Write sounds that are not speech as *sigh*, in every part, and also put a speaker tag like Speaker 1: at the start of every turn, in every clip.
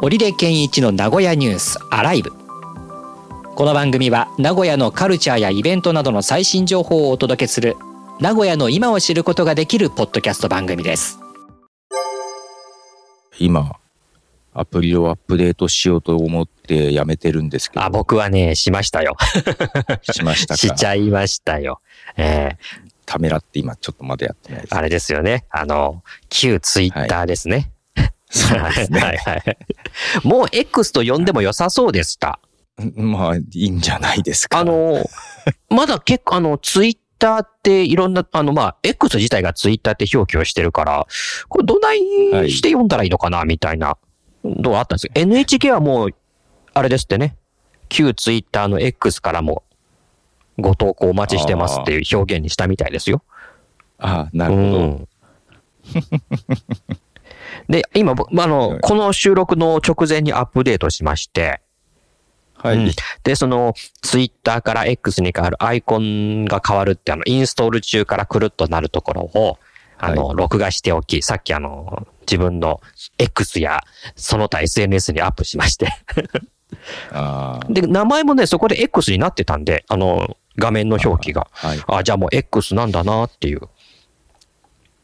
Speaker 1: 織出健一の名古屋ニュースアライブこの番組は名古屋のカルチャーやイベントなどの最新情報をお届けする名古屋の今を知ることができるポッドキャスト番組です
Speaker 2: 今、アプリをアップデートしようと思ってやめてるんですけど、
Speaker 1: あ僕はねしましたよ
Speaker 2: しました
Speaker 1: しち
Speaker 2: か。
Speaker 1: ゃいましたよえー
Speaker 2: ためらって今ちょっとまだやってないです。
Speaker 1: あれですよねあの旧ツイッターですね、
Speaker 2: そうで
Speaker 1: *laughs* はい
Speaker 2: すね。
Speaker 1: はいもう X と呼んでも良さそうでした。
Speaker 2: *laughs* まあ、いいんじゃないですか。
Speaker 1: あの、まだ結構、あの、ツイッターっていろんな、あの、まあ、X 自体がツイッターって表記をしてるから、これどないして読んだらいいのかな、みたいな、どうあったんですけど、NHK はもう、あれですってね、旧ツイッターの X からも、ご投稿お待ちしてますっていう表現にしたみたいですよ。
Speaker 2: あなるほ
Speaker 1: う
Speaker 2: ど。
Speaker 1: んで、今、僕まああ
Speaker 2: は
Speaker 1: の、
Speaker 2: い
Speaker 1: この収録の直前にアップデートしまして、
Speaker 2: は
Speaker 1: うん
Speaker 2: い。
Speaker 1: で、その、ツイッターから X に変わるアイコンが変わるって、あの、インストール中からくるっとなるところを、あの、
Speaker 2: は
Speaker 1: 録画しておき、さっきあの、自分の X や、その他 SNS にアップしまして。 *laughs*
Speaker 2: あ
Speaker 1: で、名前もね、そこで X になってたんで、あの、画面の表記が。
Speaker 2: ーはい。
Speaker 1: あ、じゃあもう X なんだなっていう、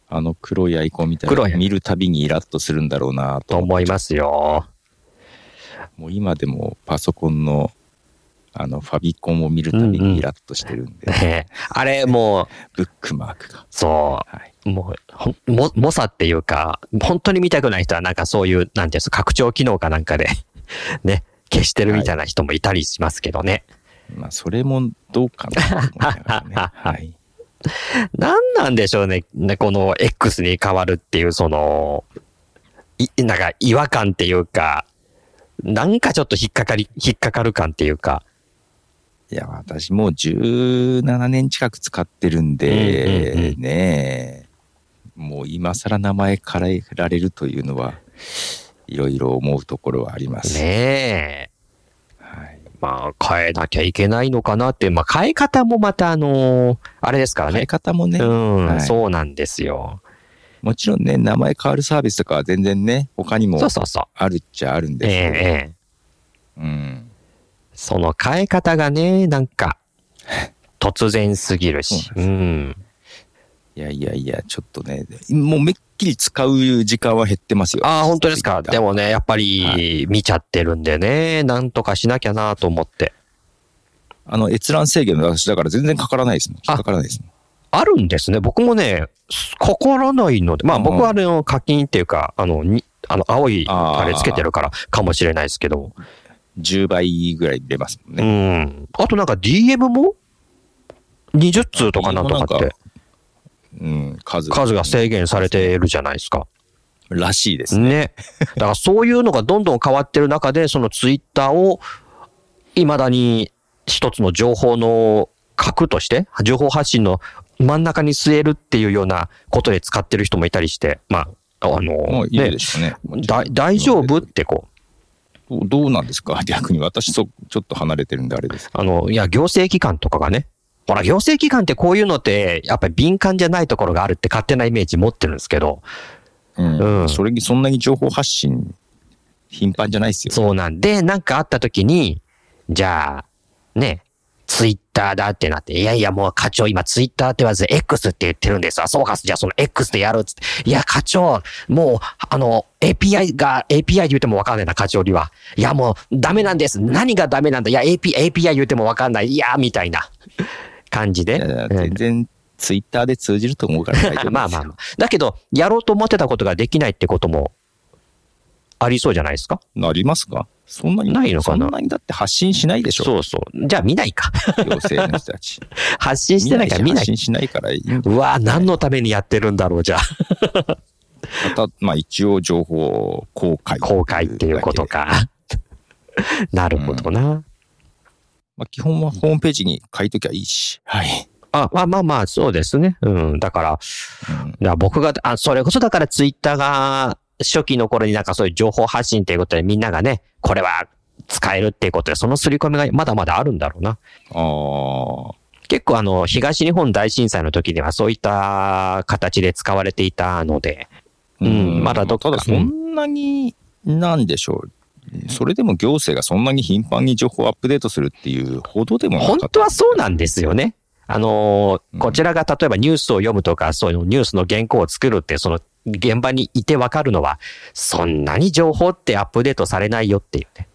Speaker 2: あの黒いアイコンみたい
Speaker 1: 黒い
Speaker 2: な見るたびにイラッとするんだろうな
Speaker 1: と
Speaker 2: と。
Speaker 1: 思いますよ。
Speaker 2: もう今でもパソコンのあのファビコンを見るたびにイラッとしてるんで、
Speaker 1: ねえあれ、もう、
Speaker 2: ブックマークが。
Speaker 1: そう、
Speaker 2: はい。
Speaker 1: もう、ほんも、もさっていうか、本当に見たくない人は、なんかそういう、なんていうんですか、拡張機能かなんかで、 *laughs* ね、消してるみたいな人もいたりしますけどね。
Speaker 2: まあ、それもどうかなと思いながら
Speaker 1: *laughs*
Speaker 2: ね。はい。
Speaker 1: なんなんでしょうね、ねこの X に変わるっていう、その、い、なんか違和感っていうか、なんかちょっと引っかかり、引っかかる感っていうか、
Speaker 2: いや、私もう17年近く使ってるんで、
Speaker 1: うんうんうん
Speaker 2: ねえ、もう今更名前からえられるというのは、いろいろ思うところはあります。
Speaker 1: ねえ。
Speaker 2: はい、
Speaker 1: まあ、変えなきゃいけないのかなっていう、まあ、変え方もまた、あのあれですから
Speaker 2: 変え
Speaker 1: ね。
Speaker 2: 方もね、
Speaker 1: うん、
Speaker 2: はい
Speaker 1: そうなんですよ。
Speaker 2: もちろんね、名前変わるサービスとかは全然ね、他にも
Speaker 1: そうそうそう。
Speaker 2: あるっちゃあるん
Speaker 1: ええ
Speaker 2: ですけ
Speaker 1: え
Speaker 2: ど、
Speaker 1: え。
Speaker 2: うん、
Speaker 1: その変え方がね、なんか、突然すぎるし。
Speaker 2: そう
Speaker 1: うん。
Speaker 2: いやいやいや、ちょっとね、もうめっきり使う時間は減ってますよ。
Speaker 1: ああ、本当ですか。
Speaker 2: Twitter
Speaker 1: でもね、やっぱ
Speaker 2: は
Speaker 1: り見ちゃってるんでね、なんとかしなきゃなと思って。
Speaker 2: あの、閲覧制限の私だから全然かからないですもん。
Speaker 1: あ
Speaker 2: かからないですもん。
Speaker 1: あるんですね。僕もね、かからないので、まあ
Speaker 2: うん
Speaker 1: 僕はあの課金っていうか、あの、にあの青い
Speaker 2: あー
Speaker 1: あれつけてるからかもしれないですけど。
Speaker 2: 10倍ぐらい出ますもんね。
Speaker 1: うん。あとなんか DM も20通とかなんとかっ
Speaker 2: なん
Speaker 1: て
Speaker 2: かうん、数
Speaker 1: 数が制限されてるじゃないですか。
Speaker 2: らしいです。
Speaker 1: ね。だからそういうのがどんどん変わってる中で、そのツイッターを、いまだに一つの情報の核として、情報発信の真ん中に据えるっていうようなことで使ってる人もいたりして、まあ、あ
Speaker 2: も
Speaker 1: の
Speaker 2: う、いい
Speaker 1: ね
Speaker 2: で、しょうね。
Speaker 1: だ大丈夫ってこう、
Speaker 2: どうどうなんですか *laughs* 逆に私そ、ちょっと離れてるんであれです。
Speaker 1: あの、いや、行政機関とかがね、ほら、行政機関ってこういうのって、やっぱり敏感じゃないところがあるって勝手なイメージ持ってるんですけど、
Speaker 2: うん。
Speaker 1: うん
Speaker 2: それに、そんなに情報発信、頻繁じゃないですよ。
Speaker 1: そうなんで、なんかあった時に、じゃあ、ね、ツイッターだってなって、いやいや、もう課長、今ツイッターって言わず X って言ってるんです。あ、そうか、じゃあその X でやるっつって。いや、課長、もう、あの、API が、API で言ってもわかんないな、課長には。いや、もう、ダメなんです。何がダメなんだ。いや、AP、API 言ってもわかんない。いや、みたいな感じで。
Speaker 2: いやいや
Speaker 1: うん
Speaker 2: 全然、ツイッターで通じると思うから大丈夫です
Speaker 1: *laughs*
Speaker 2: よ
Speaker 1: まあまあまあ。だけど、やろうと思ってたことができないってことも、ありそうじゃないですか。
Speaker 2: なりますかそんなに、
Speaker 1: ないのかな
Speaker 2: そんなにだって発信しないでしょ
Speaker 1: そうそう。じゃあ見ないか。
Speaker 2: 行政の人たち。
Speaker 1: 発信 *laughs* してなきゃ見
Speaker 2: 見
Speaker 1: な
Speaker 2: ないいし発。信しないから、
Speaker 1: うわぁ、何のためにやってるんだろう、じゃあ。
Speaker 2: また、まあ一応情報公
Speaker 1: *laughs*
Speaker 2: 開。
Speaker 1: 公開っていうこと。か。 *laughs* なるほどな。
Speaker 2: まあ基本はホームページに書いときゃいいし。はい。
Speaker 1: あ、まあまあまあ、そうですね。うん。だから、
Speaker 2: うん
Speaker 1: だから僕が、あ、それこそだからツイッターが初期の頃になんかそういう情報発信っていうことでみんながね、これは使えるっていうことで、その刷り込みがまだまだあるんだろうな。
Speaker 2: ああ。
Speaker 1: 結構あの、東日本大震災の時にはそういった形で使われていたので、うんまだどっか
Speaker 2: ただそんなに、なんでしょう。それでも行政がそんなに頻繁に情報をアップデートするっていうほどでもなか
Speaker 1: 本
Speaker 2: った。
Speaker 1: 当はそうなんですよね。あのー
Speaker 2: うん
Speaker 1: こちらが例えばニュースを読むとか、そういうニュースの原稿を作るって、その現場にいてわかるのは、そんなに情報ってアップデートされないよっていうね。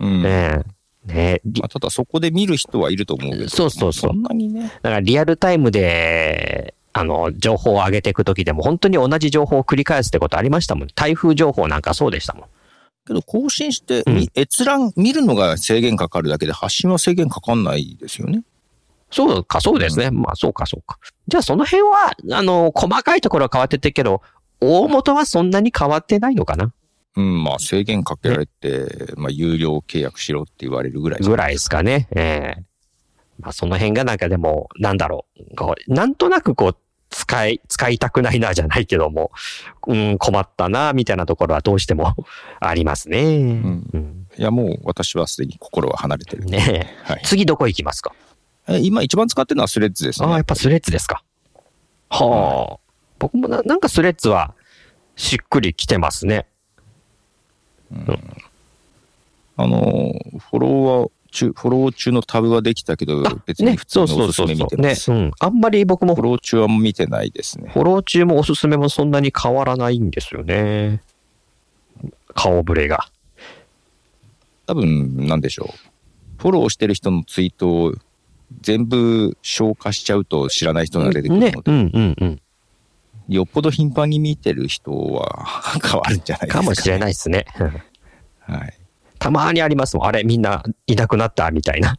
Speaker 2: うん
Speaker 1: ねえねえり
Speaker 2: まあ、ただそこで見る人はいると思うけど、
Speaker 1: そうそうそう
Speaker 2: まあそんなにね、
Speaker 1: だからリアルタイムで、あの、情報を上げていくときでも、本当に同じ情報を繰り返すってことありましたもん。台風情報なんかそうでしたもん。
Speaker 2: けど更新して、
Speaker 1: うん
Speaker 2: み閲覧、見るのが制限かかるだけで、発信は制限かかんないですよね。
Speaker 1: そうか、そうですね。まあ、そうか、そうか。じゃあ、その辺は、あの、細かいところは変わってってるけど、大元はそんなに変わってないのかな
Speaker 2: うん、まあ制限かけられて、まあ有料契約しろって言われるぐらい。
Speaker 1: ぐらいですかね。ええまあ、その辺がなんかでも、なんだろう。こうなんとなくこう、使い、使いたくないなじゃないけども、うん、困ったな、みたいなところはどうしても *laughs* あります
Speaker 2: う
Speaker 1: ね。
Speaker 2: ん、
Speaker 1: うん、
Speaker 2: いや、もう私はすでに心は離れてる。
Speaker 1: ね
Speaker 2: はい、
Speaker 1: 次どこ行きますか
Speaker 2: え今一番使ってるのはスレッズです
Speaker 1: ああ、や
Speaker 2: ね
Speaker 1: っ。ぱスレッズですか。はあ。僕もななんかスレッズは、しっくりきてますね。
Speaker 2: あのー、フォロワー中、フォロー中のタブはできたけど、別に
Speaker 1: ね
Speaker 2: 普通のおすすめ見てま
Speaker 1: ね、
Speaker 2: す。
Speaker 1: うん。あんまり僕も
Speaker 2: フォロー中は見てないですね。
Speaker 1: フォロー中もおすすめもそんなに変わらないんですよね。顔ぶれが。
Speaker 2: 多分、なんでしょう。フォローしてる人のツイートを全部消化しちゃうと知らない人が出てくるの
Speaker 1: ね
Speaker 2: で、。
Speaker 1: うんうんうん。
Speaker 2: よっぽど頻繁に見てる人は *laughs* 変わるんじゃないですか、。
Speaker 1: かもしれないいです
Speaker 2: *laughs*
Speaker 1: ね。うん
Speaker 2: はい。
Speaker 1: たまにありますもん。あれ、みんないなくなったみたいな。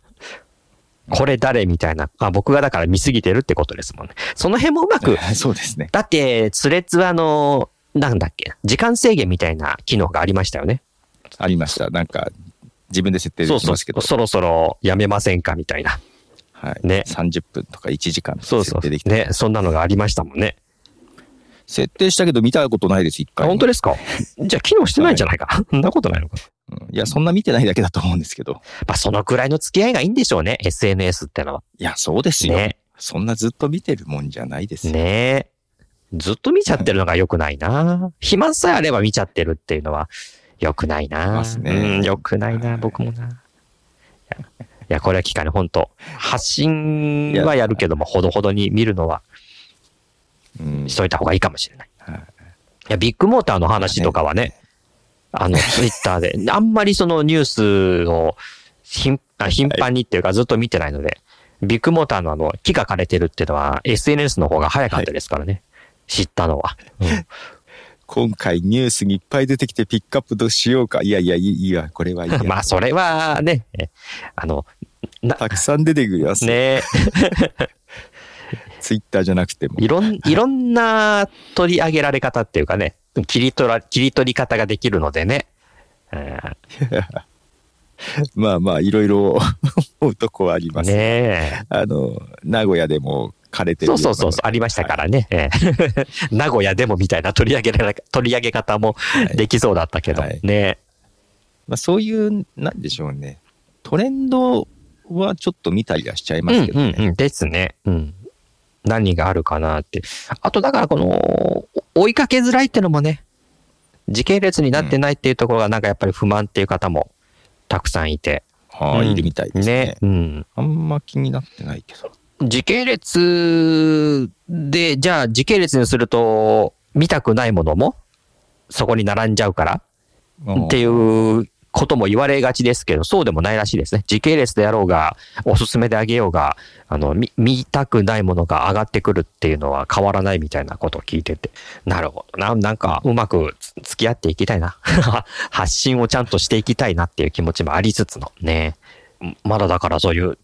Speaker 1: これ誰みたいな。あ、僕がだから見すぎてるってことですもんね。その辺もうまく。
Speaker 2: *laughs* そうですね。
Speaker 1: だって、スレッズはあの、なんだっけ、時間制限みたいな機能がありましたよね。
Speaker 2: ありました。なんか、自分で設定
Speaker 1: そ
Speaker 2: で
Speaker 1: う
Speaker 2: き
Speaker 1: そう。
Speaker 2: ますけど、
Speaker 1: そろそろやめませんかみたいな。
Speaker 2: はい
Speaker 1: ね
Speaker 2: 30分とか1時間と
Speaker 1: そ
Speaker 2: か
Speaker 1: うそ
Speaker 2: 設定で
Speaker 1: う。
Speaker 2: きて、
Speaker 1: ね、そんなのがありましたもんね。
Speaker 2: 設定したけど見たことないです、一
Speaker 1: あ
Speaker 2: 回も。
Speaker 1: 本当ですか *laughs* じゃあ機能してないんじゃないかなそんなことないのか。
Speaker 2: うんいや、そんな見てないだけだと思うんですけど。
Speaker 1: まあ、そのくらいの付き合いがいいんでしょうね。SNS ってのは。
Speaker 2: いや、そうですよ。
Speaker 1: ね。
Speaker 2: そんなずっと見てるもんじゃないですよ。
Speaker 1: ねずっと見ちゃってるのが良くないな。暇さえあれば見ちゃってるっていうのは良くない
Speaker 2: ま
Speaker 1: な。
Speaker 2: す
Speaker 1: う
Speaker 2: ね
Speaker 1: ん、良くない
Speaker 2: は
Speaker 1: な、
Speaker 2: い
Speaker 1: 僕もな。いやいや、これは聞かない、本当発信はやるけども、ほどほどに見るのは
Speaker 2: うん
Speaker 1: しといた方がいいかもしれない。
Speaker 2: はい
Speaker 1: いや、ビッグモーターの話とかはね、あ
Speaker 2: *laughs*
Speaker 1: の、ツイッターで、あんまりそのニュースを頻あ頻繁にっていうかずっと見てないので、ビッグモーターのあの、木が枯れてるっていうのは SNS の方が早かったですからね。知ったのは。
Speaker 2: 今回ニュースにいっぱい出てきてピックアップどうしようか。いやいや、いいいいわ、これはいい
Speaker 1: *laughs* 。
Speaker 2: や
Speaker 1: まあ、それはね、えあの、な、
Speaker 2: たくさん出てくるやつ。
Speaker 1: ね、
Speaker 2: ツイッターじゃなくても。
Speaker 1: いろん、いろんな取り上げられ方っていうかね、切り取ら、切り取り方ができるのでね。うん
Speaker 2: まあまあ、いろいろ *laughs* 思うとこはあります。
Speaker 1: ねえ。
Speaker 2: あの、名古屋でも枯れて
Speaker 1: そ
Speaker 2: る
Speaker 1: う
Speaker 2: よな
Speaker 1: そうそうそう、ありましたからね。ええ *laughs* 名古屋でもみたいな取り上げられ取り上げ方も
Speaker 2: い
Speaker 1: できそうだったけど、
Speaker 2: はい
Speaker 1: ね。
Speaker 2: まあ、そういう、なんでしょうね。トレンドはちょっと見たりはしちゃいますけどね。
Speaker 1: うんうんうん、ですね。うん。何があるかなって。あと、だからこの、お追いかけづらいってのもね、時系列になってないっていうところがなんかやっぱり不満っていう方もたくさんいて。
Speaker 2: ああ、
Speaker 1: うん
Speaker 2: いるみたいですね
Speaker 1: ね。うん。
Speaker 2: あんま気になってないけど。
Speaker 1: 時系列で、じゃあ時系列にすると、見たくないものも、そこに並んじゃうから、って
Speaker 2: う
Speaker 1: いうことも言われがちですけど、そうでもないらしいですね。時系列であろうが、おすすめであげようが、あの、見、見たくないものが上がってくるっていうのは変わらないみたいなことを聞いてて。なるほどな。なんか、うまくつ付き合っていきたいな。 *laughs* 発信をちゃんとしていきたいなっていう気持ちもありつつのね。まだだからそういう、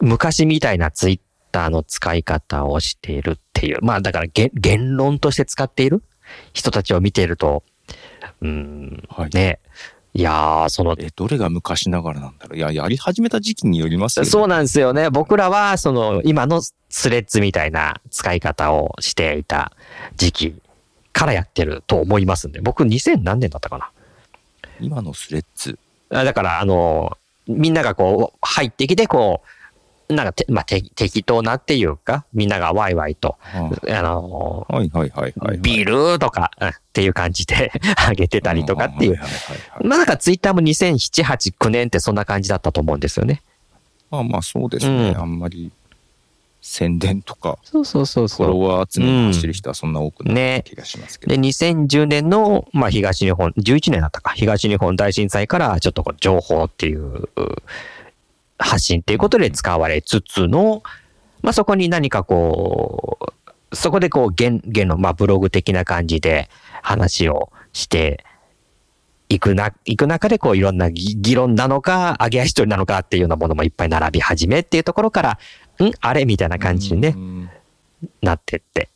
Speaker 1: 昔みたいなツイッターの使い方をしているっていう。まあだから言言論として使っている人たちを見ていると、うん、
Speaker 2: はい
Speaker 1: ね。いやー、その、
Speaker 2: え、どれが昔ながらなんだろう。いや、やり始めた時期によりますよね。
Speaker 1: そうなんですよね。僕らは、その、今のスレッズみたいな使い方をしていた時期からやってると思いますんで、僕2000何年だったかな。
Speaker 2: 今のスレッズ。
Speaker 1: あだから、あの、みんながこう、入ってきて、こう、なんかて、まあ、て適当なっていうか、みんながワイワイと、
Speaker 2: あ
Speaker 1: あの
Speaker 2: はいはいはいはいはい。
Speaker 1: ビールとか、うんっていう感じで *laughs* 上げてたりとかっていう。
Speaker 2: んはははいはいはい
Speaker 1: まあなんかツイッターも2007、8、9年ってそんな感じだったと思うんですよね。
Speaker 2: まあまあそうですね、
Speaker 1: うん
Speaker 2: あんまり宣伝とか
Speaker 1: そうそうそう
Speaker 2: フォロワー集めて走る人はそんな多く
Speaker 1: うん
Speaker 2: ない
Speaker 1: ね
Speaker 2: 気がしますけど、
Speaker 1: で、2010年の、まあ、東日本、11年だったか、東日本大震災から、ちょっとこう情報っていう、う発信っていうことで使われつつの、まあ、そこに何かこう、そこでこう、言言の、まあ、ブログ的な感じで話をしていくな、いく中で、こう、いろんな議議論なのか、上げ足取りなのかっていうようなものもいっぱい並び始めっていうところから、んあれみたいな感じにね、
Speaker 2: うん
Speaker 1: なってって。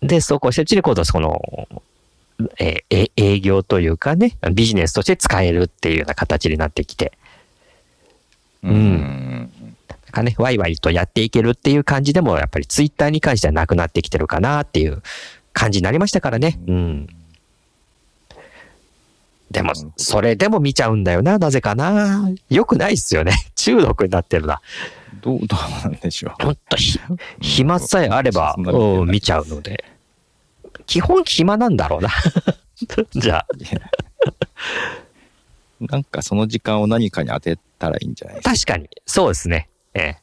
Speaker 1: で、そうこうしてるうちに今度はその、えーえ営業というかね、ビジネスとして使えるっていうような形になってきて、
Speaker 2: うんうん
Speaker 1: なんかね、ワイワイとやっていけるっていう感じでも、やっぱりツイッターに関してはなくなってきてるかなっていう感じになりましたからね。うん。でも
Speaker 2: なるほど、
Speaker 1: それでも見ちゃうんだよな、なぜかな。よくないっすよね。 *laughs* 中毒になってるな。
Speaker 2: どうどうなんでしょう
Speaker 1: ほんと
Speaker 2: *laughs*
Speaker 1: ひ、暇さえあれば、
Speaker 2: そんな見てない
Speaker 1: うん見ちゃうので。基本暇なんだろうな。 *laughs* じゃあ、
Speaker 2: なんかその時間を何かに当てたらいいんじゃないです
Speaker 1: 確かに、そうですね。え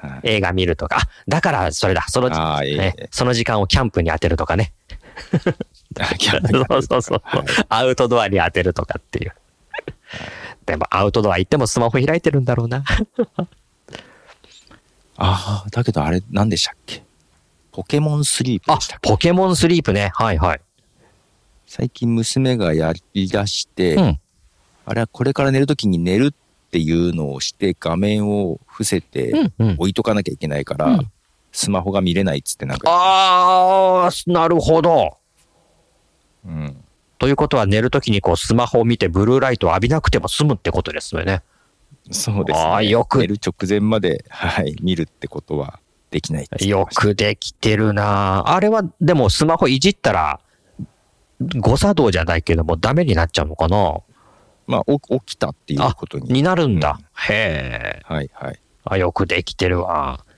Speaker 2: か、はい
Speaker 1: え映画見るとか、あだからそれだ、その
Speaker 2: ああええ
Speaker 1: ねその時間をキャンプに当てるとかね。 *laughs*
Speaker 2: キャラ
Speaker 1: そ
Speaker 2: が
Speaker 1: うそうそう。アウトドアに当てるとかって
Speaker 2: *laughs*
Speaker 1: いう。でも、アウトドア行ってもスマホ開いてるんだろう
Speaker 2: *laughs*
Speaker 1: な。
Speaker 2: ああだけどあれ何でしたっけポケモンスリープ
Speaker 1: あ
Speaker 2: でしたっ、け
Speaker 1: ポケモンスリープね。はいはい。
Speaker 2: 最近娘がやりだして、
Speaker 1: うん
Speaker 2: あれはこれから寝るときに寝るっていうのをして画面を伏せて
Speaker 1: うんうん。
Speaker 2: 置いとかなきゃいけないから、
Speaker 1: うん
Speaker 2: スマホが見れないっつってなんか、
Speaker 1: あー、なるほど。
Speaker 2: うん、
Speaker 1: ということは寝るときにこうスマホを見てブルーライトを浴びなくても済むってことですよね。
Speaker 2: そうです
Speaker 1: あー
Speaker 2: ね
Speaker 1: よく
Speaker 2: 寝る直前まで、はい、見るってことはできないっつって
Speaker 1: よ
Speaker 2: ました
Speaker 1: くできてるなああれはでもスマホいじったら誤作動じゃないけどもダメになっちゃうのかな
Speaker 2: まあお起きたっていうことに
Speaker 1: になるんだ。
Speaker 2: う
Speaker 1: へえ。
Speaker 2: はいはい
Speaker 1: あ、よくできてるわ。
Speaker 2: うん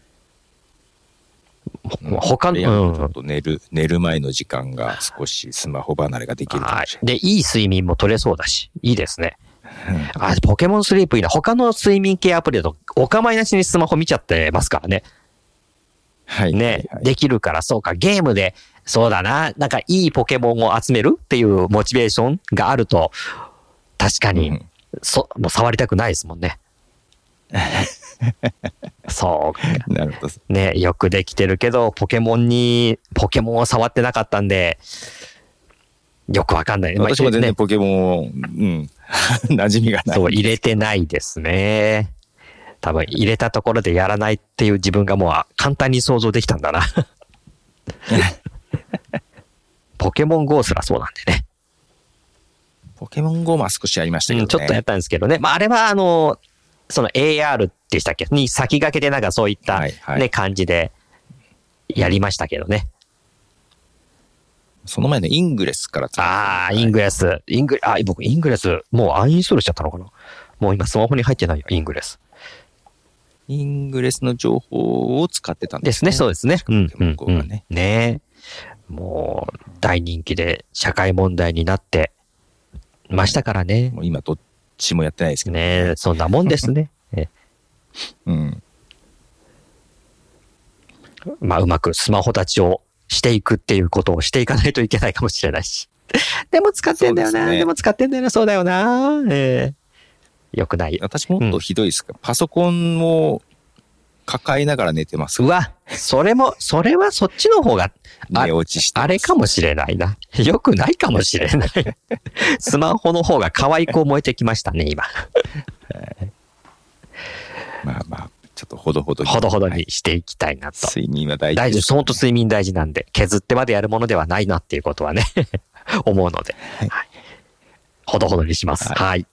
Speaker 1: 他の、
Speaker 2: でやっ
Speaker 1: うん。
Speaker 2: と寝る寝る前の時間が少しスマホ離れができるか
Speaker 1: は
Speaker 2: もし
Speaker 1: い。で、いい睡眠も取れそうだし、いいですね。あ、ポケモンスリープいいな。他の睡眠系アプリだと、お構いなしにスマホ見ちゃってますからね。
Speaker 2: れない、 *laughs* はい
Speaker 1: ね
Speaker 2: は、いはい
Speaker 1: できるから、そうか、ゲームで、そうだな、なんかいいポケモンを集めるっていうモチベーションがあると、確か
Speaker 2: う
Speaker 1: に
Speaker 2: ん、
Speaker 1: そ、もう触りたくないですもん
Speaker 2: *laughs*
Speaker 1: ね。そうか。
Speaker 2: なるほど
Speaker 1: ね、よくできてるけど、ポケモンに、ポケモンを触ってなかったんで、よくわかんない。まあ
Speaker 2: 私も全然
Speaker 1: ね
Speaker 2: ポケモンを、うん、 *laughs* 馴染みがない
Speaker 1: そう、入れてないですね。多分、入れたところでやらないっていう自分がもうあ簡単に想像できたんだな。
Speaker 2: *laughs*
Speaker 1: ポケモン GO すらそうなんでね。
Speaker 2: ポケモン GO は少しやりましたけど、
Speaker 1: う
Speaker 2: ね
Speaker 1: ん、ちょっとやったんですけどね。まあ、あれは、あの、その AR でしたっけに先駆けてなんかそういった、
Speaker 2: は
Speaker 1: ね
Speaker 2: いはい
Speaker 1: 感じでやりましたけどね。
Speaker 2: その前のイングレスから使って
Speaker 1: ああ、イングレス。イングレあ、僕、イングレス、もうアンインストールしちゃったのかなもう今、スマホに入ってないよ、イングレス。
Speaker 2: イングレスの情報を使ってたん
Speaker 1: で
Speaker 2: です
Speaker 1: ね、そうですね。うん、う
Speaker 2: ポケモン
Speaker 1: ん
Speaker 2: GO
Speaker 1: う
Speaker 2: が
Speaker 1: ん、
Speaker 2: ね
Speaker 1: ねえもう、大人気で、社会問題になってましたからね。
Speaker 2: もう今どっちもやってないですけど、
Speaker 1: ねえそんなもんですね。え
Speaker 2: うん、
Speaker 1: まあ、うまくスマホたちをしていくっていうことをしていかないといけないかもしれないし。 *laughs* でも使ってんだよ
Speaker 2: そうで
Speaker 1: な、
Speaker 2: す
Speaker 1: で
Speaker 2: ね
Speaker 1: も使ってんだよな、そうだよな。ええよくない。
Speaker 2: 私もっとひどいですか、パソコンを抱えながら寝てます
Speaker 1: うわ、それも、それは *laughs* そっちの方があ
Speaker 2: 寝落ちして
Speaker 1: あれかもしれないな。よくないかもしれ
Speaker 2: *laughs*
Speaker 1: ない。スマホの方が可愛く燃えてきましたね、今。
Speaker 2: まあまあちょっとほどほどに
Speaker 1: ほどほど
Speaker 2: はい
Speaker 1: にしていきたいなと。
Speaker 2: 睡眠は大事
Speaker 1: 大事、
Speaker 2: です
Speaker 1: 相当睡眠大事なんで、削ってまでやるものでは *laughs* ないなっていうことはね、思うので、はいほどほどにします。はい。